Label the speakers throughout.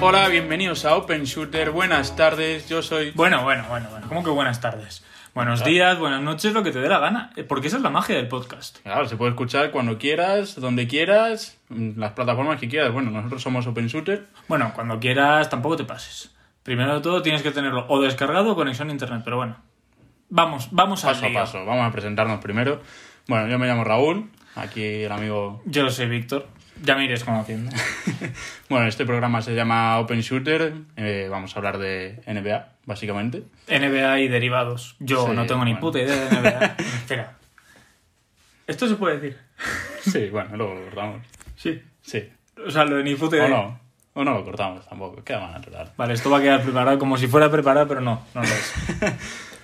Speaker 1: Hola, bienvenidos a Open Shooter. Buenas tardes, yo soy.
Speaker 2: Bueno, bueno, bueno, bueno. ¿Cómo que buenas tardes? Buenos días, buenas noches, lo que te dé la gana. Eh, Porque esa es la magia del podcast.
Speaker 1: Claro, se puede escuchar cuando quieras, donde quieras, mm, las plataformas que quieras. Bueno, nosotros somos Open Shooter.
Speaker 2: Bueno, cuando quieras, tampoco te pases. Primero de todo, tienes que tenerlo o descargado o conexión a internet, pero bueno. Vamos, vamos al
Speaker 1: Paso a
Speaker 2: lío.
Speaker 1: paso, vamos a presentarnos primero. Bueno, yo me llamo Raúl, aquí el amigo.
Speaker 2: Yo soy Víctor. Ya me iréis conociendo.
Speaker 1: Bueno, este programa se llama Open Shooter. eh, vamos a hablar de NBA, básicamente.
Speaker 2: NBA y derivados. Yo
Speaker 1: Sí,
Speaker 2: no tengo ni
Speaker 1: bueno.
Speaker 2: puta idea de NBA. Espera. ¿Esto se puede decir?
Speaker 1: Sí, bueno, luego lo cortamos.
Speaker 2: Sí.
Speaker 1: Sí.
Speaker 2: O sea, lo de ni puta idea.
Speaker 1: O no, o no lo cortamos tampoco, queda más natural.
Speaker 2: Vale, esto va a quedar preparado como si fuera preparado, pero no, no lo es.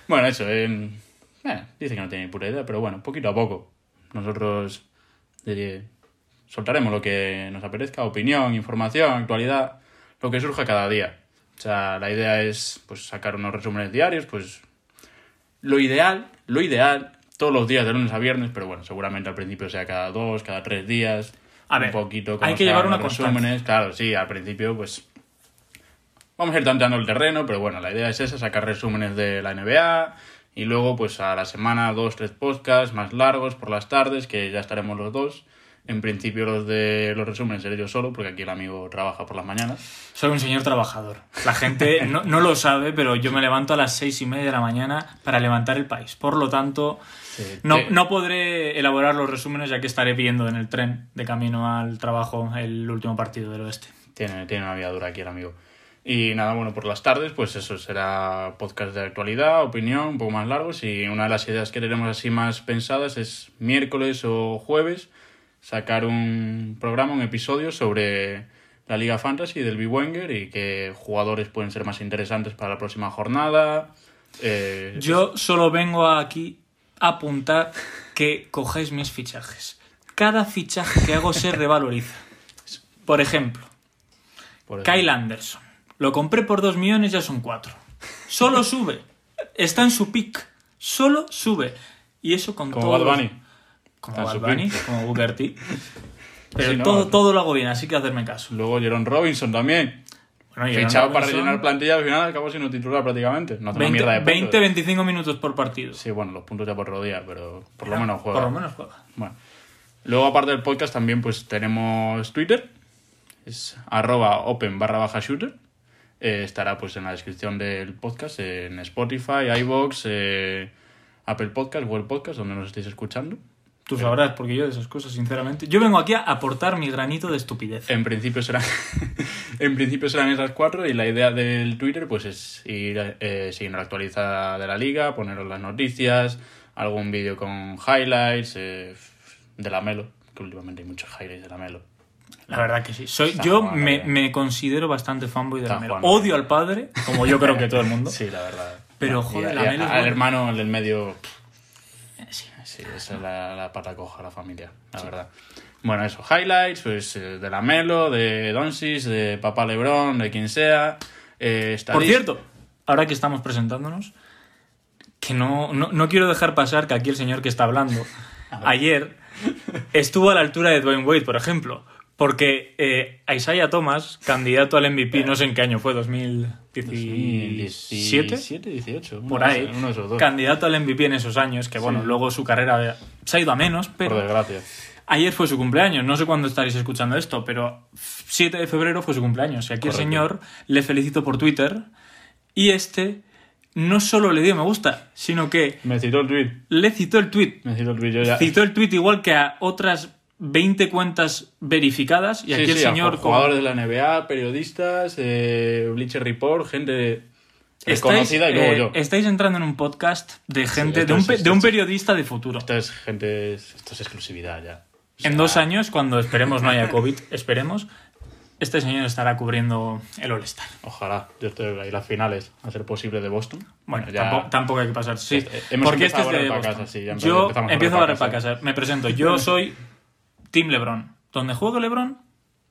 Speaker 1: Bueno, eso, eh, bueno, dice que no tiene ni puta idea, pero bueno, poquito a poco. Nosotros eh, soltaremos lo que nos aparezca, opinión, información, actualidad, lo que surja cada día. O sea, la idea es pues sacar unos resúmenes diarios, pues lo ideal, lo ideal, todos los días de lunes a viernes, pero bueno, seguramente al principio sea cada dos, cada tres días,
Speaker 2: A ver,
Speaker 1: un poquito.
Speaker 2: hay
Speaker 1: como
Speaker 2: que
Speaker 1: se
Speaker 2: llevar
Speaker 1: hagan
Speaker 2: una
Speaker 1: los resúmenes, claro, sí, al principio pues vamos a ir tanteando el terreno, pero bueno, la idea es esa, sacar resúmenes de la NBA y luego pues a la semana dos, tres podcasts más largos por las tardes, que ya estaremos los dos. En principio los de los resúmenes seré yo solo, porque aquí el amigo trabaja por las mañanas.
Speaker 2: Soy un señor trabajador. La gente no, no lo sabe, pero yo me levanto a las seis y media de la mañana para levantar el país. Por lo tanto, no,
Speaker 1: te-
Speaker 2: no podré elaborar los resúmenes ya que estaré viendo en el tren de camino al trabajo el último partido del oeste.
Speaker 1: Tiene, tiene una vida dura aquí el amigo. Y nada, bueno, por las tardes, pues eso será podcast de actualidad, opinión, un poco más largos. Y una de las ideas que tenemos así más pensadas es miércoles o jueves sacar un programa, un episodio sobre la Liga Fantasy del B-Wenger y qué jugadores pueden ser más interesantes para la próxima jornada. Eh,
Speaker 2: Yo solo vengo aquí a apuntar que cojáis mis fichajes. Cada fichaje que hago se revaloriza. Por ejemplo,
Speaker 1: por eso.
Speaker 2: Kyle Anderson. Lo compré por 2 millones, ya son 4. Solo sube. Está en su pick. Solo sube. Y eso con
Speaker 1: Como
Speaker 2: todos
Speaker 1: Bad
Speaker 2: los-
Speaker 1: Bunny.
Speaker 2: Como
Speaker 1: Está en
Speaker 2: Bad
Speaker 1: su
Speaker 2: Bunny,
Speaker 1: pick.
Speaker 2: como Booker T. Pero
Speaker 1: Sí, no,
Speaker 2: todo,
Speaker 1: no.
Speaker 2: todo lo hago bien, así que hacerme caso.
Speaker 1: Luego Jerome Robinson también.
Speaker 2: Bueno, y
Speaker 1: Fichado
Speaker 2: Aaron
Speaker 1: para
Speaker 2: Robinson,
Speaker 1: rellenar plantilla, al final acabó siendo titular prácticamente. No hace una
Speaker 2: 20,
Speaker 1: mierda de puntos.
Speaker 2: 20, 25 minutos por partido.
Speaker 1: Sí, bueno, los puntos ya por rodear, pero por lo menos juega.
Speaker 2: Por lo menos juega.
Speaker 1: Bueno. Luego, aparte del podcast, también pues tenemos Twitter. Es arroba open barra baja shooter. Eh, estará pues en la descripción del podcast, en Spotify, iVoox, eh, Apple Podcast, Google Podcast, donde nos estéis escuchando.
Speaker 2: Tú sabrás, porque yo de esas cosas, sinceramente. Yo vengo aquí a aportar mi granito de estupidez.
Speaker 1: En principio serán, en principio serán esas cuatro y la idea del Twitter pues es ir eh, siguiendo la actualizada de la liga, poneros las noticias, algún vídeo con highlights eh, de la Melo, que últimamente hay muchos highlights de la Melo.
Speaker 2: La verdad que sí. Soy,
Speaker 1: Está
Speaker 2: yo
Speaker 1: jugando
Speaker 2: me,
Speaker 1: bien.
Speaker 2: me considero bastante fanboy de
Speaker 1: Está
Speaker 2: Lamelo.
Speaker 1: jugando
Speaker 2: Odio
Speaker 1: bien.
Speaker 2: al padre, como yo creo que todo el mundo.
Speaker 1: Sí, la verdad.
Speaker 2: Pero,
Speaker 1: Y
Speaker 2: joder,
Speaker 1: a-
Speaker 2: la
Speaker 1: y a-
Speaker 2: Melo es
Speaker 1: Al
Speaker 2: bueno.
Speaker 1: hermano, el del medio,
Speaker 2: Eh, Sí.
Speaker 1: sí, esa es la, la pata coja, la familia, la verdad. Bueno, eso, highlights pues eh, de la Melo, de Donsis, de Papá Lebron, de quien sea. eh,
Speaker 2: Por
Speaker 1: estadis-
Speaker 2: cierto, ahora que estamos presentándonos, que no, no, no quiero dejar pasar que aquí el señor que está hablando ayer estuvo a la altura de Dwayne Wade, por ejemplo. Porque eh, Isaiah Thomas, candidato al MVP, no sé en qué año fue, 2017.
Speaker 1: 17, 18. uno
Speaker 2: por
Speaker 1: de
Speaker 2: ahí,
Speaker 1: esos- Uno de esos dos.
Speaker 2: candidato al MVP en esos años, que bueno,
Speaker 1: Sí.
Speaker 2: luego su carrera se ha ido a menos,
Speaker 1: Por
Speaker 2: pero
Speaker 1: desgracia.
Speaker 2: ayer fue su cumpleaños, no sé cuándo estaréis escuchando esto, pero 7 de febrero fue su cumpleaños, y aquí
Speaker 1: Correcto.
Speaker 2: el señor le felicito por Twitter, y este no solo le dio me gusta, sino que
Speaker 1: Me citó el tweet.
Speaker 2: le citó el tweet,
Speaker 1: Me citó el tweet. Yo ya.
Speaker 2: citó el tweet igual que a otras 20 cuentas verificadas, y
Speaker 1: Sí,
Speaker 2: aquí el
Speaker 1: sí, a
Speaker 2: señor... como-
Speaker 1: Jugadores de la NBA, periodistas, eh, Bleacher Report, gente
Speaker 2: Estáis,
Speaker 1: reconocida y luego
Speaker 2: eh,
Speaker 1: yo.
Speaker 2: estáis entrando en un podcast de gente,
Speaker 1: esto
Speaker 2: de, un,
Speaker 1: es-
Speaker 2: pe-
Speaker 1: esto
Speaker 2: de un
Speaker 1: es-
Speaker 2: periodista de futuro.
Speaker 1: Esto es gente. Esto es exclusividad ya. O sea,
Speaker 2: En dos años, cuando esperemos no haya COVID, esperemos, este señor estará cubriendo el All-Star.
Speaker 1: Ojalá. Yo estoy ahí las finales, a ser posible, de Boston.
Speaker 2: Bueno,
Speaker 1: ya-
Speaker 2: tampoco, tampoco hay que pasar. Sí,
Speaker 1: Ya está. Hemos
Speaker 2: porque este es
Speaker 1: empezado a
Speaker 2: de
Speaker 1: barrer pa'
Speaker 2: Boston.
Speaker 1: casa, sí, ya empe-
Speaker 2: Yo
Speaker 1: empezamos a
Speaker 2: empiezo a
Speaker 1: barrer
Speaker 2: barrer
Speaker 1: pa'
Speaker 2: para casa. Me presento. Yo soy Team LeBron. Donde juego LeBron,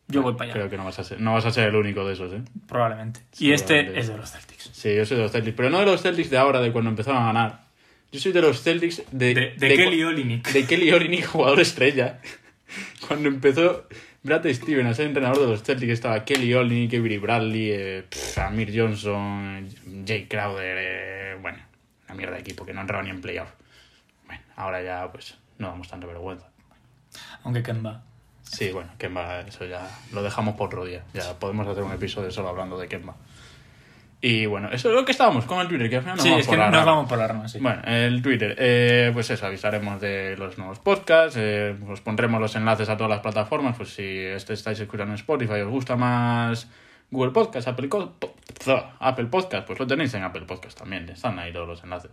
Speaker 2: yo voy para allá.
Speaker 1: Creo que no vas, a ser, no vas a ser el único de esos, ¿eh?
Speaker 2: Probablemente. Y
Speaker 1: Seguramente.
Speaker 2: este es de los Celtics.
Speaker 1: Sí, yo soy de los Celtics. Pero no de los Celtics de ahora, de cuando empezaron a ganar. Yo soy de los Celtics de.
Speaker 2: De, de
Speaker 1: de cu-
Speaker 2: Kelly Olynyk.
Speaker 1: de Kelly Olynyk jugador estrella. Cuando empezó Brad Stevens, el entrenador de los Celtics, estaba Kelly Olynyk, Avery Bradley, eh, pff, Amir Johnson, Jay Crowder, eh, bueno, una mierda de equipo que no entraba ni en playoff. Bueno, ahora ya pues no damos tanta vergüenza.
Speaker 2: Aunque Kemba.
Speaker 1: Sí, bueno, Kemba, eso ya lo dejamos por otro día. Ya podemos hacer un episodio solo hablando de Kemba. Y bueno, eso es lo que estábamos con el Twitter, que al final nos
Speaker 2: sí,
Speaker 1: Ah, vamos
Speaker 2: es
Speaker 1: por
Speaker 2: que
Speaker 1: la
Speaker 2: nos
Speaker 1: rama.
Speaker 2: vamos por la rama, sí.
Speaker 1: Bueno, el Twitter, eh, pues eso, avisaremos de los nuevos podcasts, eh, os pondremos los enlaces a todas las plataformas, pues si este estáis escuchando en Spotify, os gusta más Google Podcast, Apple, Co- po- Apple Podcast, pues lo tenéis en Apple Podcast también, están ahí todos los enlaces.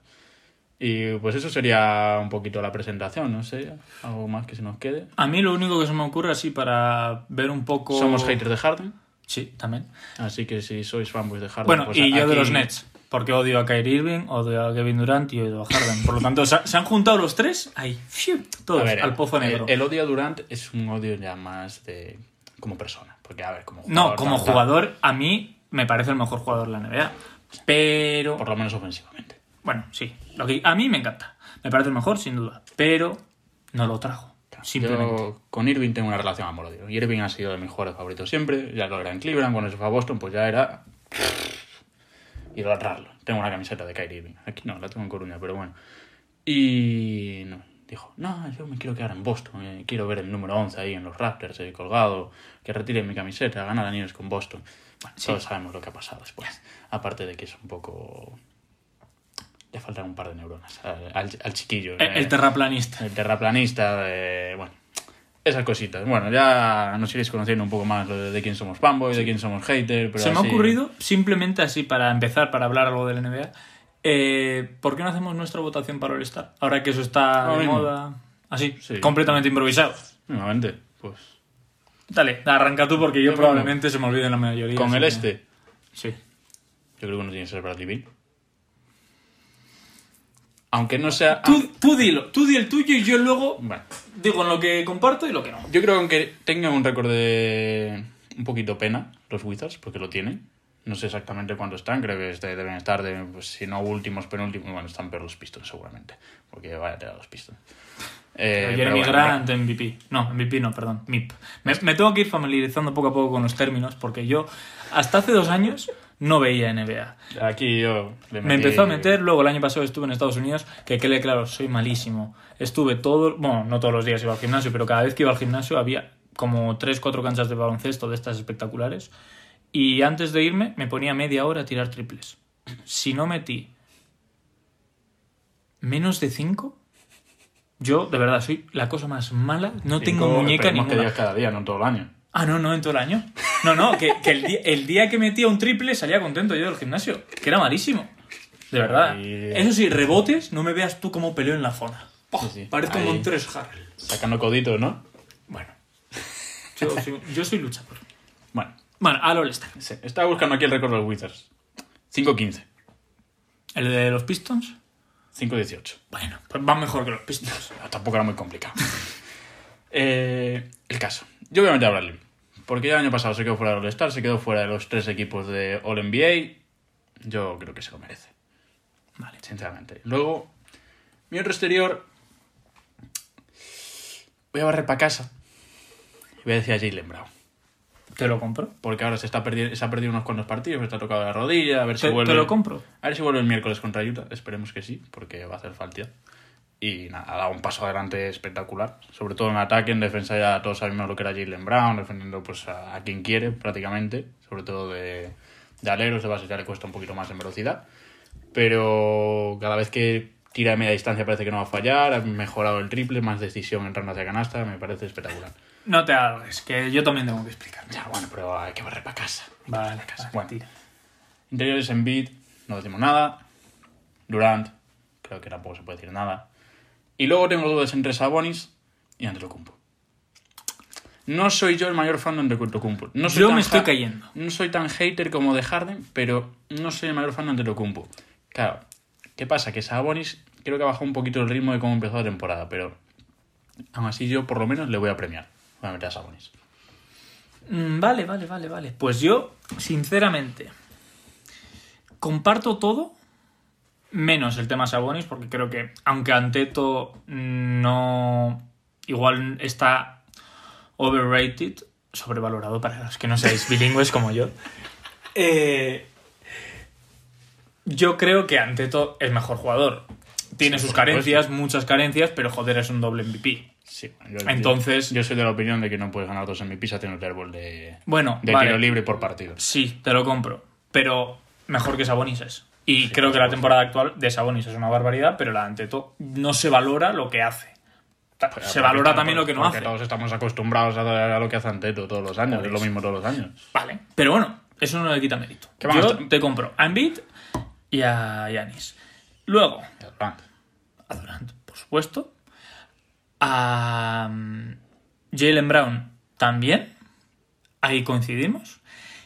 Speaker 1: Y pues eso sería un poquito la presentación, no sé, algo más que se nos quede.
Speaker 2: A mí lo único que se me ocurre así para ver un poco...
Speaker 1: Somos haters de Harden,
Speaker 2: Sí, también.
Speaker 1: así que si sois fanboys de Harden...
Speaker 2: Bueno,
Speaker 1: pues
Speaker 2: y yo de
Speaker 1: aquí-
Speaker 2: los Nets. Porque odio a Kyrie Irving, odio a Kevin Durant y odio a Harden. Por lo tanto, se, se han juntado los tres ahí. fiu, Todos
Speaker 1: A ver, eh,
Speaker 2: al pozo
Speaker 1: el-
Speaker 2: negro.
Speaker 1: El, odio a Durant es un odio ya más de como persona. Porque, a ver, como jugador.
Speaker 2: no, como
Speaker 1: tal, tal,
Speaker 2: jugador, a mí me parece el mejor jugador de la NBA. Pero...
Speaker 1: Por lo menos ofensivamente.
Speaker 2: Bueno, sí. Lo que a mí me encanta. Me parece el mejor, sin duda. Pero no lo trajo. Simplemente.
Speaker 1: Yo con Irving tengo una relación amor-odio. Irving ha sido de mis jugadores favoritos siempre. Ya lo era en Cleveland. Cuando se fue a Boston, pues ya era. idolatrarlo. Tengo una camiseta de Kyrie Irving. Aquí no, la tengo en Coruña, pero bueno. Y. No. Dijo, no, yo me quiero quedar en Boston. eh, Quiero ver el número 11 ahí en los Raptors, eh, colgado. Que retiren mi camiseta, ganar anillos con Boston. Bueno, todos sabemos lo que ha pasado después. Aparte de que es un poco. Le faltan un par de neuronas al, al- al chiquillo.
Speaker 2: El,
Speaker 1: eh.
Speaker 2: el terraplanista.
Speaker 1: El terraplanista, de, bueno, esas cositas. Bueno, ya nos iréis conociendo un poco más de, de quién somos fanboy, de quién somos hater. Pero
Speaker 2: Se me ha
Speaker 1: así-
Speaker 2: ocurrido, simplemente así, para empezar, para hablar algo del NBA, eh, ¿por qué no hacemos nuestra votación para el Star? Ahora que eso está
Speaker 1: Ahora
Speaker 2: de
Speaker 1: mismo.
Speaker 2: moda. Así,
Speaker 1: Sí.
Speaker 2: completamente improvisado.
Speaker 1: Nuevamente, pues.
Speaker 2: Dale, arranca tú porque yo
Speaker 1: Yo
Speaker 2: probablemente se me olviden la mayoría.
Speaker 1: Con
Speaker 2: así
Speaker 1: el
Speaker 2: que-
Speaker 1: este,
Speaker 2: Sí.
Speaker 1: yo creo que no tiene que ser Bradley Beal. Aunque no sea.
Speaker 2: Tú, tú dilo, tú di el tuyo y yo luego
Speaker 1: Bueno,
Speaker 2: digo en lo que comparto y lo que no.
Speaker 1: yo creo que aunque tenga un récord de. un poquito pena los Wizards, porque lo tienen. No sé exactamente cuánto están, creo que este- deben estar, de, pues, si no últimos, penúltimos. Bueno, están peor los Pistons, seguramente. Porque vaya, te da los Pistons. Eh, pero
Speaker 2: Jeremy
Speaker 1: bueno,
Speaker 2: Grant, MVP. No, MVP no, perdón, MIP. Me, me tengo que ir familiarizando poco a poco con los términos porque yo hasta hace dos años no veía NBA.
Speaker 1: Aquí yo le
Speaker 2: Me
Speaker 1: metí-
Speaker 2: empezó a meter, luego el año pasado estuve en Estados Unidos, que quede claro, soy malísimo. Estuve todo, bueno, no todos los días iba al gimnasio, pero cada vez que iba al gimnasio había como 3, 4 canchas de baloncesto de estas espectaculares. Y antes de irme me ponía media hora a tirar triples. Si no metí menos de 5, yo de verdad soy la cosa más mala, no tengo
Speaker 1: Cinco,
Speaker 2: muñeca
Speaker 1: esperemos que
Speaker 2: ninguna.
Speaker 1: digas cada día, no todo el año.
Speaker 2: Ah, no, no, en todo el año. No, no, que, que el, día, el día que metía un triple salía contento yo del gimnasio, que era malísimo. De verdad.
Speaker 1: Ahí.
Speaker 2: Eso sí, rebotes, no me veas tú como peleo en la zona. Poh,
Speaker 1: Sí, sí.
Speaker 2: Parezco
Speaker 1: Ahí.
Speaker 2: un tres Harrell.
Speaker 1: Sacando coditos, ¿no?
Speaker 2: Bueno. Yo, soy- yo soy luchador.
Speaker 1: Bueno,
Speaker 2: Bueno, al All-Star.
Speaker 1: sí. estaba buscando aquí el récord de los Wizards. 5-15,
Speaker 2: ¿El de los Pistons?
Speaker 1: 5-18.
Speaker 2: Bueno, pues va mejor que los Pistons.
Speaker 1: Pero Ah, Tampoco era muy complicado. Eh, el caso. Yo voy a meter a Bradley. Porque ya el año pasado se quedó fuera del All-Star, se quedó fuera de los tres equipos de All-NBA. Yo creo que se lo merece.
Speaker 2: Vale.
Speaker 1: sinceramente. Luego, mi otro exterior. Voy a barrer para casa. Y voy a decir a Jalen Brown.
Speaker 2: ¿Te lo compro?
Speaker 1: Porque ahora se, está perdiendo, se ha perdido unos cuantos partidos, está tocado la rodilla, a ver si
Speaker 2: ¿Te,
Speaker 1: vuelve.
Speaker 2: te lo compro?
Speaker 1: A ver si vuelve el miércoles contra Utah. Esperemos que sí, porque va a hacer falta. Y nada, ha dado un paso adelante espectacular. Sobre todo en ataque, en defensa ya todos sabemos lo que era Jalen Brown, defendiendo pues a, a quien quiere prácticamente. Sobre todo de, de aleros, de base ya le cuesta un poquito más en velocidad. Pero cada vez que tira de media distancia parece que no va a fallar. Ha mejorado el triple, más decisión en rondas de canasta. Me parece espectacular.
Speaker 2: No te hagas, que yo también tengo que explicar.
Speaker 1: Ya, bueno, pero hay que barrer para casa.
Speaker 2: Vale, pues,
Speaker 1: casa.
Speaker 2: vale,
Speaker 1: Bueno.
Speaker 2: tira.
Speaker 1: Interiores en beat, no decimos nada. Durant, creo que tampoco se puede decir nada. Y luego tengo dudas entre Sabonis y Antetokounmpo. No soy yo el mayor fan de Antetokounmpo. No soy
Speaker 2: Yo
Speaker 1: tan
Speaker 2: me estoy
Speaker 1: ha-
Speaker 2: cayendo.
Speaker 1: No soy tan hater como de Harden, pero no soy el mayor fan de Antetokounmpo. Claro, ¿qué pasa? Que Sabonis creo que ha bajado un poquito el ritmo de cómo empezó la temporada, pero aún así yo por lo menos le voy a premiar. Voy a meter a Sabonis.
Speaker 2: Mm, Vale, vale, vale, vale. Pues yo, sinceramente, comparto todo, menos el tema Sabonis, porque creo que, aunque Anteto no. Igual está overrated, sobrevalorado para los que no seáis bilingües como yo. Eh, yo creo que Anteto es mejor jugador. Tiene
Speaker 1: Sí,
Speaker 2: sus
Speaker 1: por supuesto.
Speaker 2: carencias, muchas carencias, pero joder, es un doble MVP.
Speaker 1: Sí, bueno, yo-
Speaker 2: Entonces-
Speaker 1: Yo soy de la opinión de que no puedes ganar dos MVPs haciendo el árbol de,
Speaker 2: Bueno,
Speaker 1: de
Speaker 2: vale.
Speaker 1: tiro libre por partido.
Speaker 2: Sí, te lo compro. Pero mejor que Sabonis es. Y creo que la temporada actual de Sabonis es una barbaridad, pero la de Anteto no se valora lo que hace. Ta-
Speaker 1: Pero
Speaker 2: se
Speaker 1: porque
Speaker 2: valora
Speaker 1: estamos-
Speaker 2: también lo que no
Speaker 1: porque
Speaker 2: hace.
Speaker 1: Todos estamos acostumbrados a, a lo que hace Anteto todos los años, es lo mismo todos los años.
Speaker 2: Vale. Pero bueno, eso no le quita mérito.
Speaker 1: Que van a
Speaker 2: Yo
Speaker 1: estar-
Speaker 2: te compro a Embiid y a Yanis. Luego,
Speaker 1: Ah,
Speaker 2: a Durant, por supuesto. A mm, Jalen Brown también. Ahí coincidimos.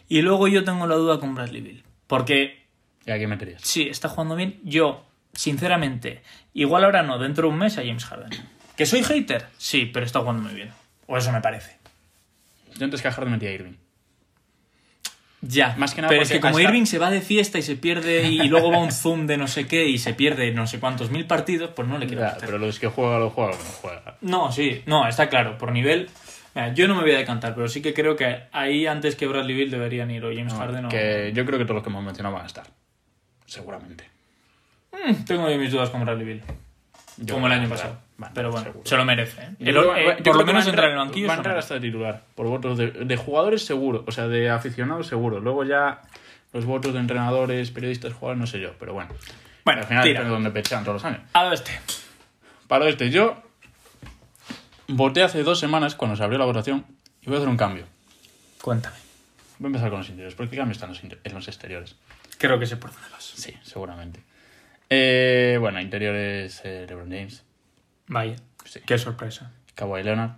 Speaker 2: Y luego yo tengo la duda con Bradley Bill. Porque
Speaker 1: ¿Y a quién meterías?
Speaker 2: sí, está jugando bien. Yo, sinceramente, igual ahora no, dentro de un mes a James Harden. ¿Que soy hater? Sí, pero está jugando muy bien. O eso me parece.
Speaker 1: Yo antes que a Harden metía a Irving.
Speaker 2: Ya,
Speaker 1: Más que nada
Speaker 2: pero es
Speaker 1: porque
Speaker 2: que como
Speaker 1: hasta-
Speaker 2: Irving se va de fiesta y se pierde y, y luego va un zoom de no sé qué y se pierde no sé cuántos mil partidos, pues no le quiero
Speaker 1: Ya,
Speaker 2: meter.
Speaker 1: pero los que juega, lo juega, bueno, juega.
Speaker 2: No, sí, no, está claro, por nivel... Mira, yo no me voy a decantar, pero sí que creo que ahí antes que Bradley Bill deberían ir o James Harden o...
Speaker 1: Que yo creo que todos los que hemos mencionado van a estar. Seguramente.
Speaker 2: Mm, Tengo yo mis dudas con Bradley Bill,
Speaker 1: Yo
Speaker 2: como el
Speaker 1: creo
Speaker 2: año
Speaker 1: que
Speaker 2: pasado.
Speaker 1: van a
Speaker 2: pero bueno,
Speaker 1: seguro.
Speaker 2: se lo merece. ¿eh?
Speaker 1: Yo
Speaker 2: El-
Speaker 1: creo-
Speaker 2: eh,
Speaker 1: yo creo
Speaker 2: por lo
Speaker 1: que
Speaker 2: menos
Speaker 1: va
Speaker 2: entrar en el
Speaker 1: entrar-
Speaker 2: banquillo
Speaker 1: Va a
Speaker 2: se lo
Speaker 1: entrar
Speaker 2: merece.
Speaker 1: hasta de titular. Por votos de, de jugadores, seguro. O sea, de aficionados, seguro. Luego ya los votos de entrenadores, periodistas, jugadores, no sé yo. Pero bueno.
Speaker 2: Bueno,
Speaker 1: al final
Speaker 2: tira.
Speaker 1: depende de donde pechan todos los años.
Speaker 2: A ver este.
Speaker 1: Para este, yo voté hace dos semanas cuando se abrió la votación y voy a hacer un cambio.
Speaker 2: Cuéntame.
Speaker 1: Voy a empezar con los interiores. porque qué cambio están los inter- en los exteriores?
Speaker 2: Creo que sé por dónde vas.
Speaker 1: Sí, seguramente. Eh, bueno, interiores eh, LeBron James,
Speaker 2: Vaya,
Speaker 1: Sí.
Speaker 2: qué sorpresa.
Speaker 1: Kawhi Leonard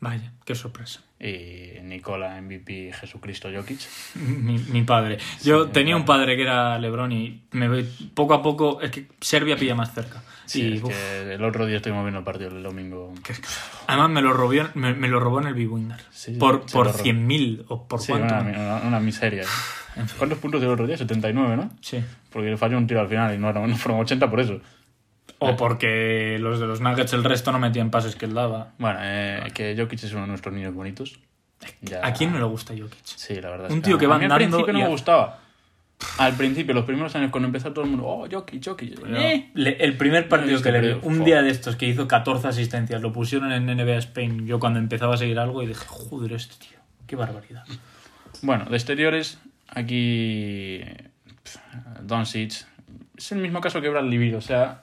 Speaker 2: Vaya, qué sorpresa.
Speaker 1: y Nicola MVP Jesucristo Jokic.
Speaker 2: Mi, mi padre. Yo tenía un padre que era Lebron y me ve poco a poco. Es que Serbia pilla más cerca.
Speaker 1: Sí,
Speaker 2: y,
Speaker 1: es
Speaker 2: uf,
Speaker 1: que el otro día estuvimos viendo el partido el domingo.
Speaker 2: que es que- Además, me lo, robó, me, me lo robó en el B-Winner.
Speaker 1: Sí,
Speaker 2: por
Speaker 1: se
Speaker 2: por
Speaker 1: lo robó.
Speaker 2: 100.000 o por
Speaker 1: Sí,
Speaker 2: cuánto.
Speaker 1: una, una- una miseria. ¿eh? ¿Cuántos puntos dio el otro día? 79, ¿no?
Speaker 2: Sí.
Speaker 1: Porque le falló un tiro al final y no, era- no fueron 80 por eso.
Speaker 2: O porque los de los Nuggets, el resto no metían pases que él daba.
Speaker 1: Bueno, eh, que Jokic es uno de nuestros niños bonitos. Ya-
Speaker 2: ¿A quién no le gusta Jokic?
Speaker 1: Sí, la verdad.
Speaker 2: Un
Speaker 1: es
Speaker 2: tío que va
Speaker 1: a mí al
Speaker 2: andando
Speaker 1: principio no
Speaker 2: y
Speaker 1: me
Speaker 2: hace-
Speaker 1: gustaba. Al principio, los primeros años, cuando empezó todo el mundo, oh, Jokic, Jokic. eh.
Speaker 2: Le- el primer
Speaker 1: No he
Speaker 2: partido
Speaker 1: visto
Speaker 2: que le vi,
Speaker 1: playoff,
Speaker 2: un
Speaker 1: jo.
Speaker 2: día de estos que hizo 14 asistencias, lo pusieron en NBA Spain. Yo cuando empezaba a seguir algo y dije, joder, este tío, qué barbaridad.
Speaker 1: Bueno, de exteriores, aquí. pf, Doncic. Es el mismo caso que Bradley Beal, o sea.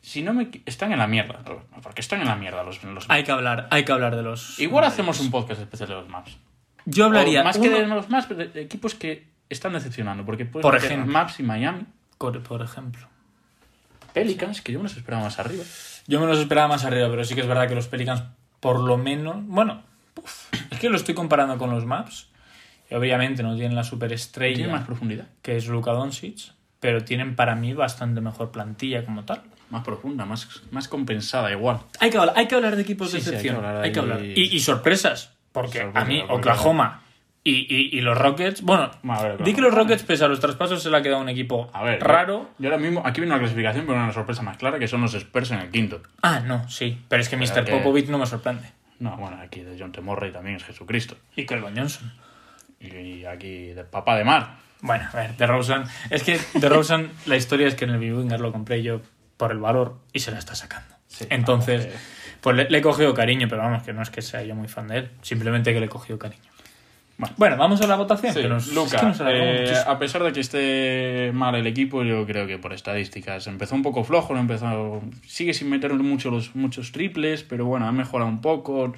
Speaker 1: Si no me. equi- Están en la mierda. Porque están en la mierda los. los-
Speaker 2: Hay que hablar, hay que hablar de los.
Speaker 1: Igual hacemos un podcast especial de los maps.
Speaker 2: Yo hablaría
Speaker 1: O más
Speaker 2: uno-
Speaker 1: que de los maps, pero de equipos que están decepcionando. Porque puedes
Speaker 2: Por
Speaker 1: meter
Speaker 2: ejemplo.
Speaker 1: maps y Miami.
Speaker 2: Core, por ejemplo.
Speaker 1: Pelicans, que yo me los esperaba más arriba.
Speaker 2: Yo me los esperaba más arriba, pero sí que es verdad que los Pelicans, por lo menos. Bueno, uf, es que lo estoy comparando con los Maps. Y obviamente no tienen la
Speaker 1: Tiene más
Speaker 2: superestrella
Speaker 1: profundidad.
Speaker 2: que es Luka Doncic, pero tienen para mí bastante mejor plantilla como tal.
Speaker 1: Más profunda, más, más compensada, igual.
Speaker 2: Hay que hablar, hay que hablar de equipos de
Speaker 1: Sí, sí, hay que
Speaker 2: excepción.
Speaker 1: hablar
Speaker 2: hay que
Speaker 1: ahí-
Speaker 2: hablar. Y, y sorpresas, porque a
Speaker 1: Sorpresa,
Speaker 2: mí,
Speaker 1: porque-
Speaker 2: Oklahoma y, y- y los Rockets. Bueno,
Speaker 1: Bueno, a ver,
Speaker 2: di
Speaker 1: Oklahoma.
Speaker 2: que los Rockets, pese a los traspasos, se le ha quedado un equipo
Speaker 1: A ver.
Speaker 2: raro.
Speaker 1: Yo, yo ahora mismo, aquí viene una clasificación, pero una sorpresa más clara, que son los Spurs en el quinto.
Speaker 2: Ah, no, sí. Pero es que Mr.
Speaker 1: que-
Speaker 2: Popovich no me sorprende.
Speaker 1: No, bueno, aquí de John T. Murray también es Jesucristo.
Speaker 2: Y Colvin Johnson.
Speaker 1: Y, y aquí de Papá de Mar.
Speaker 2: Bueno, a ver, de Rosen. Es que de Rosen, la historia es que en el Biwinger lo compré yo por el valor y se la está sacando.
Speaker 1: Sí,
Speaker 2: Entonces,
Speaker 1: vamos,
Speaker 2: pues le, le he cogido cariño, pero vamos, que no es que sea yo muy fan de él, simplemente que le he cogido cariño.
Speaker 1: Bueno.
Speaker 2: Bueno, vamos a la votación. que nos-
Speaker 1: Luca,
Speaker 2: es que nos alargamos
Speaker 1: eh,
Speaker 2: muchísimo.
Speaker 1: a pesar de que esté mal el equipo, yo creo que por estadísticas empezó un poco flojo, no empezó, sigue sin meter mucho los, muchos triples, pero bueno, ha mejorado un poco.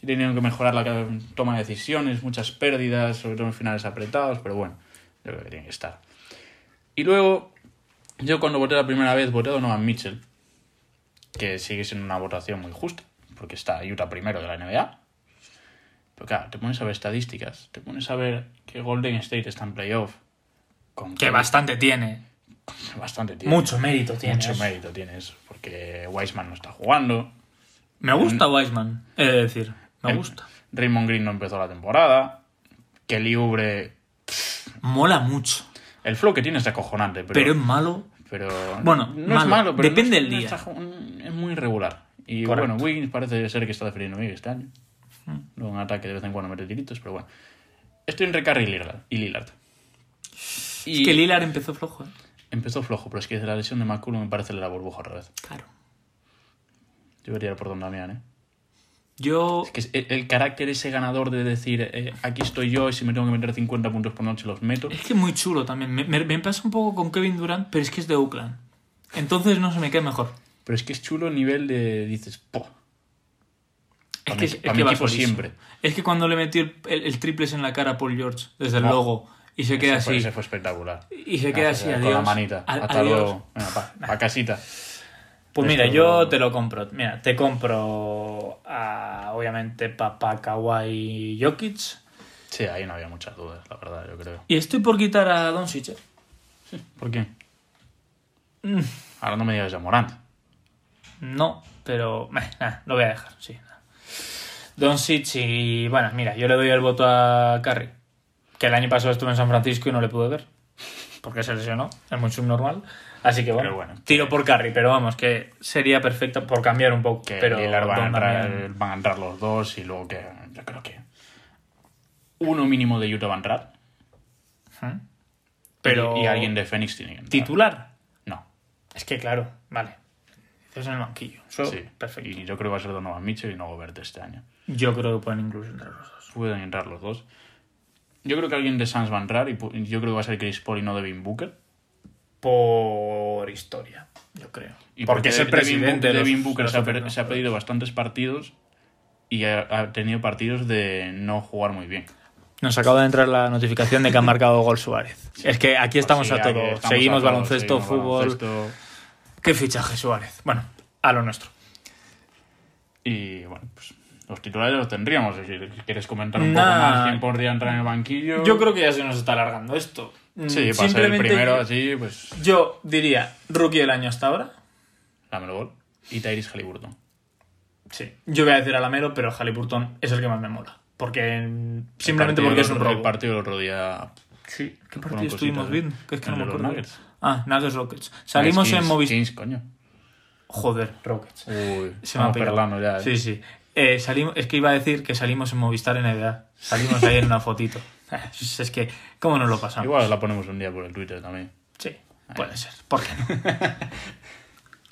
Speaker 1: Sí Tienen que mejorar la ca- toma de decisiones, muchas pérdidas, sobre todo en finales apretados, pero bueno, yo creo que tiene que estar. Y luego, yo cuando voté la primera vez, voté a Donovan Mitchell, que sigue siendo una votación muy justa, porque está Utah primero de la NBA. Pero claro, te pones a ver estadísticas, te pones a ver que Golden State está en playoff. Con
Speaker 2: Que bastante tiene.
Speaker 1: bastante tiene.
Speaker 2: Mucho mérito tiene.
Speaker 1: Mucho mérito tienes, porque Wiseman no está jugando.
Speaker 2: Me gusta Wiseman, he de decir. Me
Speaker 1: Eh,
Speaker 2: gusta.
Speaker 1: Raymond Green no empezó la temporada. Kelly Oubre...
Speaker 2: Mola mucho,
Speaker 1: El flow que tiene es acojonante, pero...
Speaker 2: pero es malo.
Speaker 1: pero
Speaker 2: bueno,
Speaker 1: no es
Speaker 2: malo.
Speaker 1: malo, pero
Speaker 2: Depende
Speaker 1: no es-
Speaker 2: del
Speaker 1: no
Speaker 2: día.
Speaker 1: está ju- es muy irregular. Y
Speaker 2: Correcto. Mm.
Speaker 1: bueno, Wiggins parece ser que está defendiendo bien este año. Luego un ataque de vez en cuando mete tiritos, pero bueno. Estoy entre Curry y Lillard. Y Lillard.
Speaker 2: Es que Lillard empezó flojo, ¿eh?
Speaker 1: Empezó flojo, pero es que desde la lesión de McCullum me parece la burbuja al revés.
Speaker 2: Claro.
Speaker 1: Yo vería por Don Damián, ¿eh?
Speaker 2: Yo.
Speaker 1: Es que es el, el carácter ese ganador de decir, eh, aquí estoy yo y si me tengo que meter 50 puntos por noche los meto.
Speaker 2: Es que muy chulo también. Me, me- me pasa un poco con Kevin Durant, pero es que es de Oakland. Entonces no se me cae mejor.
Speaker 1: Pero es que es chulo el nivel de, dices, po.
Speaker 2: Es
Speaker 1: Pa'
Speaker 2: que,
Speaker 1: mi-
Speaker 2: es
Speaker 1: pa'
Speaker 2: que
Speaker 1: mi
Speaker 2: va
Speaker 1: equipo
Speaker 2: solísimo.
Speaker 1: siempre.
Speaker 2: Es que cuando le metió el, el- el triples en la cara a Paul George desde el
Speaker 1: Ah.
Speaker 2: logo y se queda
Speaker 1: Ese fue-
Speaker 2: así.
Speaker 1: ese fue espectacular.
Speaker 2: Y se queda
Speaker 1: Ah,
Speaker 2: así,
Speaker 1: con
Speaker 2: adiós.
Speaker 1: la manita.
Speaker 2: Al-
Speaker 1: Hasta
Speaker 2: adiós.
Speaker 1: luego. Venga, pa, pa casita.
Speaker 2: Pues mira,
Speaker 1: Esto-
Speaker 2: yo te lo compro. Mira, te compro a, obviamente, Papá, Kawhi, Jokic.
Speaker 1: Sí, ahí no había muchas dudas, la verdad, yo creo.
Speaker 2: Y estoy por quitar a ¿eh? Don Sitcher.
Speaker 1: ¿Por qué?
Speaker 2: Mm.
Speaker 1: Ahora no me digas ya Morant.
Speaker 2: No, pero meh, nah, lo voy a dejar, sí. Don y bueno, mira, yo le doy el voto a Curry, que el año pasado estuve en San Francisco y no le pude ver, porque se lesionó, es muy subnormal. Así que bueno,
Speaker 1: Pero bueno.
Speaker 2: tiro por Curry, pero vamos, que sería perfecta por cambiar un poco.
Speaker 1: Que
Speaker 2: pero
Speaker 1: Lillard van a,
Speaker 2: Don
Speaker 1: entrar,
Speaker 2: Damian-
Speaker 1: van a entrar los dos y luego que yo creo que uno mínimo de Utah va a entrar
Speaker 2: Ujú. ¿eh? Pero
Speaker 1: y, y alguien de Phoenix tiene que entrar.
Speaker 2: titular.
Speaker 1: No.
Speaker 2: Es que claro, vale. Entonces en el banquillo. Eso,
Speaker 1: Sí.
Speaker 2: Perfecto.
Speaker 1: Y yo creo que va a ser Donovan Mitchell y no Gobert este año.
Speaker 2: Yo creo que pueden incluso entre los dos.
Speaker 1: Pueden entrar los dos. Yo creo que alguien de Suns va a entrar y pu- y yo creo que va a ser Chris Paul y no Devin Booker.
Speaker 2: Por historia, yo creo.
Speaker 1: Y
Speaker 2: porque es el
Speaker 1: Devin
Speaker 2: presidente
Speaker 1: Book-
Speaker 2: de los-
Speaker 1: Devin Booker
Speaker 2: de los pues.
Speaker 1: se ha, per-
Speaker 2: Celtics,
Speaker 1: se ha
Speaker 2: ¿no?
Speaker 1: pedido bastantes partidos y ha, ha tenido partidos de no jugar muy bien.
Speaker 2: Nos acaba de entrar la notificación de que ha marcado gol Suárez. Es que Pues aquí estamos
Speaker 1: Así
Speaker 2: a
Speaker 1: que
Speaker 2: todo.
Speaker 1: estamos
Speaker 2: seguimos
Speaker 1: a todo,
Speaker 2: baloncesto,
Speaker 1: seguimos
Speaker 2: fútbol.
Speaker 1: baloncesto.
Speaker 2: Qué fichaje Suárez. Bueno, a lo nuestro.
Speaker 1: Y bueno, pues los titulares los tendríamos. Si quieres comentar un
Speaker 2: Nah.
Speaker 1: poco más quién podría entrar en el banquillo.
Speaker 2: Yo creo que ya se nos está alargando esto. Mm,
Speaker 1: Sí, para ser el
Speaker 2: simplemente
Speaker 1: primero,
Speaker 2: yo-
Speaker 1: así, pues
Speaker 2: Yo diría rookie del año hasta ahora.
Speaker 1: dámelo gol. Y Tyrese Halliburton.
Speaker 2: Sí. Yo voy a decir a Lamelo, pero Halliburton es el que más me mola. Porque mm, simplemente
Speaker 1: El partido
Speaker 2: porque
Speaker 1: del
Speaker 2: es un
Speaker 1: otro-
Speaker 2: robo.
Speaker 1: El partido del otro día.
Speaker 2: Sí. ¿Qué
Speaker 1: Fueron
Speaker 2: partido estuvimos
Speaker 1: cositas, ¿eh?
Speaker 2: viendo? Que es que
Speaker 1: El
Speaker 2: no me
Speaker 1: de los
Speaker 2: acuerdo.
Speaker 1: Nuggets.
Speaker 2: Ah, Nuggets Rockets. Salimos
Speaker 1: Kings-
Speaker 2: en Movistar.
Speaker 1: Kings, coño.
Speaker 2: Joder, Rockets.
Speaker 1: Uy,
Speaker 2: Se me ha
Speaker 1: estamos
Speaker 2: pegado.
Speaker 1: perlando ya. ¿eh?
Speaker 2: Sí, sí. Eh, salimos, es que iba a decir que salimos en Movistar en edad. Salimos ahí en una fotito. Es es que, ¿cómo nos lo pasamos?
Speaker 1: Igual la ponemos un día por el Twitter también.
Speaker 2: Sí, puede ser. ¿Por qué no?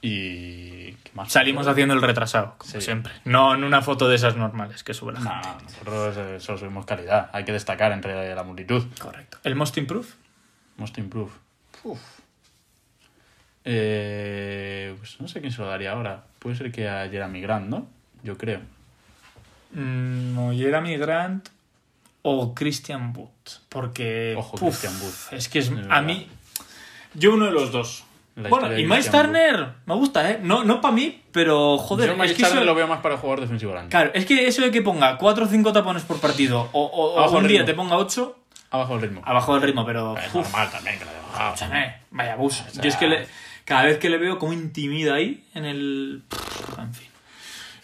Speaker 1: Y. ¿Qué más?
Speaker 2: Salimos haciendo el retrasado, como
Speaker 1: Sí.
Speaker 2: siempre. No en una foto de esas normales que sube la
Speaker 1: No,
Speaker 2: gente.
Speaker 1: no, nosotros eh, solo subimos calidad. Hay que destacar entre la multitud.
Speaker 2: Correcto. ¿El Most Improve?
Speaker 1: Most improve. Eh, pues no sé quién se lo daría ahora. Puede ser que a Jeremy Grant, ¿no? Yo creo.
Speaker 2: Mm, o Jeremy Grant o Christian Wood. Porque.
Speaker 1: Ojo,
Speaker 2: puf,
Speaker 1: Christian Wood.
Speaker 2: Es que es,
Speaker 1: verdad.
Speaker 2: a mí. Yo uno de los dos.
Speaker 1: La
Speaker 2: bueno,
Speaker 1: historia
Speaker 2: y
Speaker 1: de
Speaker 2: Miles
Speaker 1: Christian Wood.
Speaker 2: Turner me gusta, ¿eh? No, no para mí, pero joder.
Speaker 1: Yo
Speaker 2: es
Speaker 1: más
Speaker 2: que eso-
Speaker 1: tarde lo veo más para jugar defensivo al año.
Speaker 2: Claro, es que eso de que ponga 4 o 5 tapones por partido o, o- o
Speaker 1: Abajo
Speaker 2: un
Speaker 1: del
Speaker 2: día
Speaker 1: ritmo.
Speaker 2: te ponga 8,
Speaker 1: Abajo del ritmo.
Speaker 2: abajo del ritmo, pero.
Speaker 1: Es
Speaker 2: Ah, uf,
Speaker 1: normal también que lo haya bajado.
Speaker 2: escúchame, vaya abuso.
Speaker 1: sea-
Speaker 2: Yo es que le- cada vez que le veo como intimida ahí en el. En fin.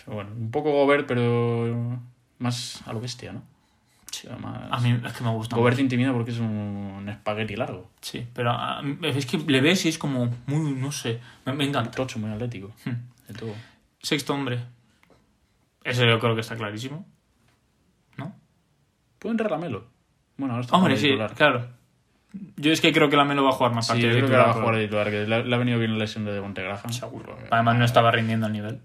Speaker 1: Pero Bueno, un poco Gobert, pero más a lo bestia, ¿no? Sí, más...
Speaker 2: A mí es que me gusta.
Speaker 1: Gobert te intimida porque es un espagueti largo.
Speaker 2: mucho. Sí, pero a- es que le ves y es como muy, no sé, me, me encanta.
Speaker 1: Tocho, muy atlético.
Speaker 2: Hmm.
Speaker 1: De todo.
Speaker 2: Sexto hombre. Eso yo creo que está clarísimo. ¿No?
Speaker 1: Puede entrar a Melo. Bueno, ahora está
Speaker 2: Hombre,
Speaker 1: jugando
Speaker 2: sí,
Speaker 1: titular.
Speaker 2: claro. Yo es que creo que la Melo va a jugar más
Speaker 1: Sí, yo
Speaker 2: partidos.
Speaker 1: creo que
Speaker 2: titular,
Speaker 1: ahora va a
Speaker 2: pero-
Speaker 1: jugar de titular, que le, ha- le ha venido bien la lesión de Devonte Graham.
Speaker 2: Seguro.
Speaker 1: Porque-
Speaker 2: Además no estaba rindiendo al nivel.
Speaker 1: eh.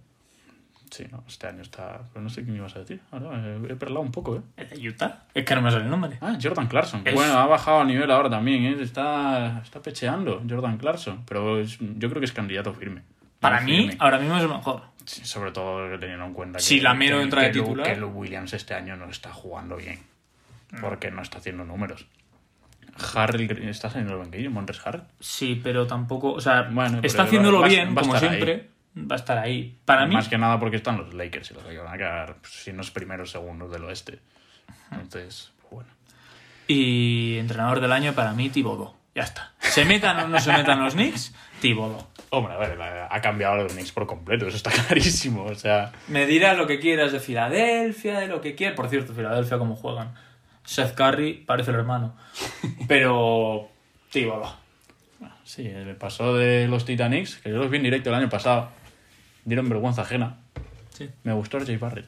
Speaker 1: Sí, no, este año está... Pero no sé qué me ibas a decir. Ahora eh, he perlado un poco, ¿eh?
Speaker 2: ¿El de Utah? Es que no me sale el nombre.
Speaker 1: Ah, Jordan Clarkson.
Speaker 2: Es-
Speaker 1: Bueno, ha bajado a nivel ahora también, ¿eh? Está, está pecheando Jordan Clarkson. Pero es- yo creo que es candidato firme.
Speaker 2: Para
Speaker 1: No
Speaker 2: mí,
Speaker 1: firme.
Speaker 2: ahora mismo es el mejor.
Speaker 1: Sí, sobre todo teniendo en cuenta
Speaker 2: Si Lamelo
Speaker 1: que-
Speaker 2: entra de
Speaker 1: que Lou-
Speaker 2: titular.
Speaker 1: que Lou Williams este año no está jugando bien. Porque no está haciendo números. Harry está saliendo del banquillo, Montres Harrell.
Speaker 2: Sí, pero tampoco. O sea,
Speaker 1: Bueno, pero
Speaker 2: está
Speaker 1: va-
Speaker 2: haciéndolo
Speaker 1: va- va
Speaker 2: bien,
Speaker 1: a
Speaker 2: como
Speaker 1: estar
Speaker 2: siempre. Va a estar ahí. Para mí,
Speaker 1: Eh, Más que nada porque están los Lakers y los Lakers van a quedar, pues, si no es primeros, segundos del oeste. Entonces, bueno.
Speaker 2: y entrenador del año, para mí, Tibodó. Ya está. Se metan o no se metan los Knicks, Tibodó.
Speaker 1: Hombre, a ver, la- ha cambiado los Knicks por completo, eso está clarísimo. O sea,
Speaker 2: Me dirás lo que quieras de Filadelfia, de lo que quieras. Por cierto, Filadelfia, cómo juegan. Seth Curry parece el hermano. Pero. Tibodó.
Speaker 1: sí, me pasó de los Titanics, que yo los vi en directo el año pasado. Dieron vergüenza ajena.
Speaker 2: Sí.
Speaker 1: Me gustó RJ Barrett.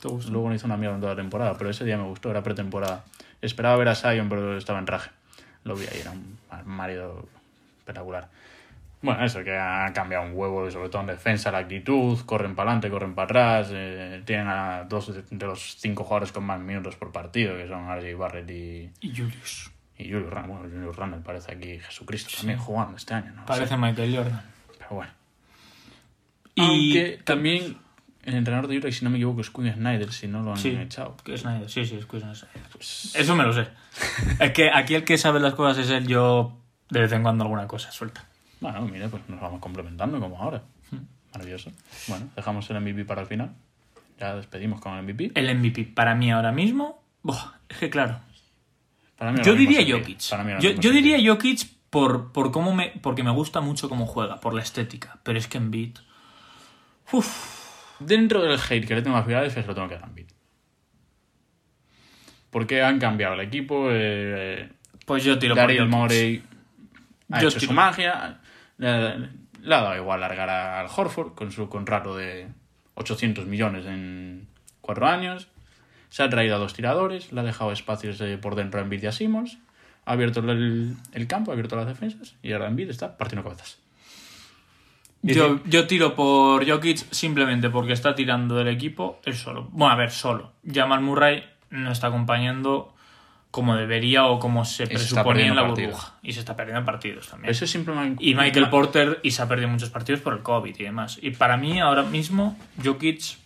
Speaker 1: te gusta. pues Luego no hizo una mierda en toda la temporada, pero ese día me gustó, era pretemporada. Esperaba ver a Sion, pero estaba en raje. Lo vi ahí, era un armario espectacular. Bueno, eso, que ha cambiado un huevo, sobre todo en defensa, la actitud, corren para adelante, corren para atrás, eh, tienen a dos de de los cinco jugadores con más minutos por partido, que son RJ Barrett y,
Speaker 2: Y Julius.
Speaker 1: y Julius Randle. Bueno, Julius Randle parece aquí Jesucristo también jugando este año, ¿no? lo
Speaker 2: Parece
Speaker 1: sé,
Speaker 2: Michael Jordan.
Speaker 1: pero bueno.
Speaker 2: Y-
Speaker 1: Aunque también el entrenador de Utah, si no me equivoco, es Quinn Snyder, si no lo han
Speaker 2: Sí.
Speaker 1: echado.
Speaker 2: Snyder, sí, sí, es Quinn Snyder.
Speaker 1: Pues
Speaker 2: Eso me lo sé. es que aquí el que sabe las cosas es él, yo de vez en cuando alguna cosa suelta.
Speaker 1: Bueno, mira, pues nos vamos complementando como ahora.
Speaker 2: Hmm.
Speaker 1: Maravilloso. Bueno, dejamos el MVP para el final. Ya despedimos con el MVP.
Speaker 2: El MVP para mí ahora mismo, buah, es que claro.
Speaker 1: Para mí ahora
Speaker 2: Yo
Speaker 1: mismo
Speaker 2: diría
Speaker 1: es MVP.
Speaker 2: Jokic.
Speaker 1: Para mí ahora
Speaker 2: Yo,
Speaker 1: mismo
Speaker 2: yo
Speaker 1: es MVP.
Speaker 2: diría Jokic por, por cómo me, porque me gusta mucho cómo juega, por la estética. Pero es que en beat.
Speaker 1: Dentro del hate que le tengo a Filadelfia, se lo tengo que dar a Embiid. Porque han cambiado el equipo. Eh,
Speaker 2: Pues yo tiro
Speaker 1: Daryl
Speaker 2: por Jokic.
Speaker 1: Morey ha hecho
Speaker 2: Yo estoy-
Speaker 1: su magia. Le, le ha dado igual largar a- al Horford con su contrato de 800 millones en cuatro años. Se ha traído a dos tiradores, le ha dejado espacios eh, por dentro a Embiid y a Simmons. Ha abierto el, el campo, ha abierto las defensas y ahora Embiid está partiendo cabezas.
Speaker 2: Yo, yo tiro por Jokic simplemente porque está tirando del equipo él solo. Bueno, a ver, solo. Jamal Murray no está acompañando como debería o como se
Speaker 1: se está
Speaker 2: presuponía en la
Speaker 1: perdiendo
Speaker 2: burbuja. Y se está perdiendo partidos también.
Speaker 1: Eso es simplemente...
Speaker 2: Y Michael Porter y se ha perdido muchos partidos por el COVID y demás. Y para mí ahora mismo Jokic,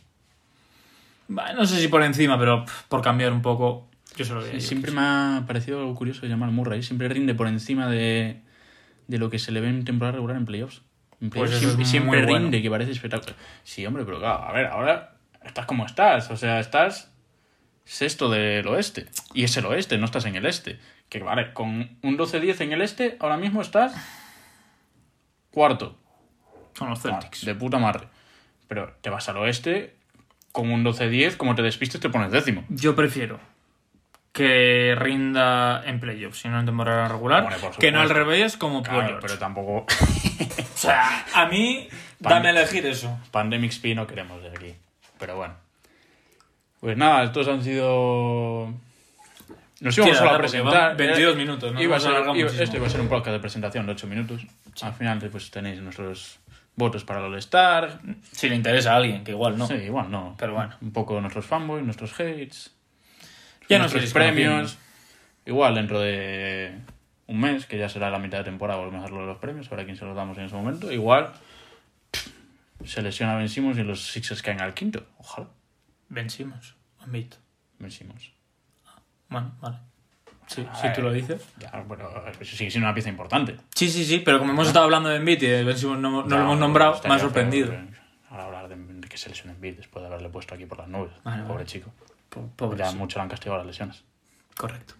Speaker 2: bah, no sé si por encima, pero pff, por cambiar un poco, yo se lo doy a Jokic.
Speaker 1: Siempre me ha parecido algo curioso llamar Murray. Siempre rinde por encima de, de lo que se le ve en temporada regular en playoffs. En playoffs
Speaker 2: Pues eso es
Speaker 1: siempre
Speaker 2: muy
Speaker 1: siempre
Speaker 2: bueno.
Speaker 1: rinde, que parece espectacular. Sí, hombre, pero claro, a ver, ahora estás como estás. O sea, estás sexto del oeste. Y es el oeste, no estás en el este. Que vale, con un 12-10 en el este, ahora mismo estás cuarto.
Speaker 2: Con los Celtics.
Speaker 1: De puta madre. Pero te vas al oeste con un 12-10, como te despistes, te pones décimo.
Speaker 2: Yo prefiero que rinda en playoffs, si no en temporada regular,
Speaker 1: Hombre, por
Speaker 2: que no al
Speaker 1: supuesto.
Speaker 2: revés como
Speaker 1: Claro,
Speaker 2: playoffs.
Speaker 1: pero tampoco.
Speaker 2: O sea, a mí, dame a elegir eso.
Speaker 1: Pandemic Speed no queremos de aquí. Pero bueno. Pues nada, estos han sido. Nos íbamos
Speaker 2: Tira,
Speaker 1: solo a
Speaker 2: dale, porque
Speaker 1: presentar. Eh,
Speaker 2: van 22 minutos, ¿no?
Speaker 1: Iba a
Speaker 2: Nos
Speaker 1: ser-
Speaker 2: alargamos
Speaker 1: iba-
Speaker 2: muchísimo.
Speaker 1: esto iba a ser un podcast de presentación de 8 minutos. Al final, pues tenéis nuestros votos para el All-Star.
Speaker 2: Si le interesa a alguien, que igual no.
Speaker 1: Sí, igual no.
Speaker 2: Pero bueno.
Speaker 1: Un poco nuestros fanboys, nuestros hates.
Speaker 2: Ya nos
Speaker 1: nuestros
Speaker 2: iréis
Speaker 1: premios.
Speaker 2: conociendo.
Speaker 1: Igual dentro de un mes, que ya será la mitad de temporada, volvemos a hacer lo de los premios, ahora quién se los damos en ese momento. Igual se lesiona Ben Simmons y los Sixers caen al quinto. Ojalá.
Speaker 2: Vencimos. Embiid.
Speaker 1: Ben Simmons.
Speaker 2: Bueno, vale. Sí, si tú lo dices.
Speaker 1: Ya, Ah, bueno, eso sigue siendo una pieza importante.
Speaker 2: Sí, sí, sí, pero como hemos estado hablando de Embiid y de Ben Simmons no, no lo hemos nombrado, me
Speaker 1: estaría
Speaker 2: ha sorprendido.
Speaker 1: feo que- Ahora hablar de- de que se lesione Embiid después de haberle puesto aquí por las nubes.
Speaker 2: Vale,
Speaker 1: Pobre
Speaker 2: vale.
Speaker 1: chico.
Speaker 2: Po- Pobre.
Speaker 1: Ya
Speaker 2: sí.
Speaker 1: mucho le han castigado las lesiones.
Speaker 2: Correcto.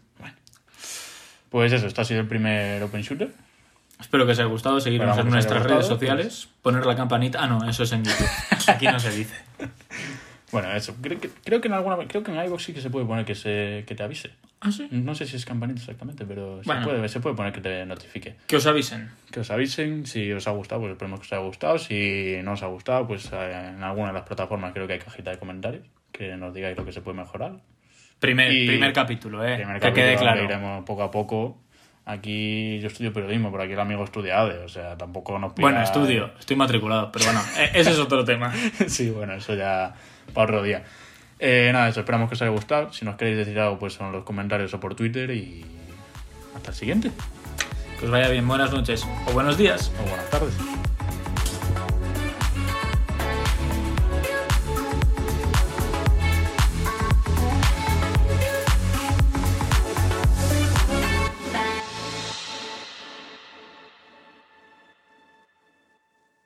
Speaker 1: Pues eso, este ha sido el primer Open Shooter.
Speaker 2: Espero que os haya gustado. Seguirnos
Speaker 1: Esperamos
Speaker 2: en
Speaker 1: que os haya
Speaker 2: nuestras redes
Speaker 1: gustado,
Speaker 2: sociales. Poner la campanita. Ah, no, eso es en YouTube. Aquí no se dice.
Speaker 1: Bueno, eso. Creo que, creo que en alguna creo que en iVoox sí que se puede poner que se que te avise.
Speaker 2: Ah, sí.
Speaker 1: No sé si es campanita exactamente, pero
Speaker 2: Bueno.
Speaker 1: se, puede, se puede poner que te notifique.
Speaker 2: Que os avisen.
Speaker 1: Que os avisen si os ha gustado, pues esperemos que os haya gustado. Si no os ha gustado, pues eh, en alguna de las plataformas creo que hay cajita de comentarios que nos digáis lo que se puede mejorar.
Speaker 2: Primer,
Speaker 1: Y-
Speaker 2: primer capítulo, ¿eh?
Speaker 1: Primer
Speaker 2: que
Speaker 1: capítulo,
Speaker 2: quede
Speaker 1: que
Speaker 2: claro.
Speaker 1: iremos poco a poco. Aquí yo estudio periodismo, pero aquí el amigo estudia ADE, o sea, tampoco nos pida...
Speaker 2: Bueno, estudio. Estoy matriculado, pero bueno, eh, ese es otro tema.
Speaker 1: sí, bueno, eso ya para otro día. Eh, nada, eso, esperamos que os haya gustado. Si nos queréis decir algo, pues en los comentarios o por Twitter y hasta el siguiente.
Speaker 2: Que os vaya bien. Buenas noches o buenos días.
Speaker 1: O buenas tardes.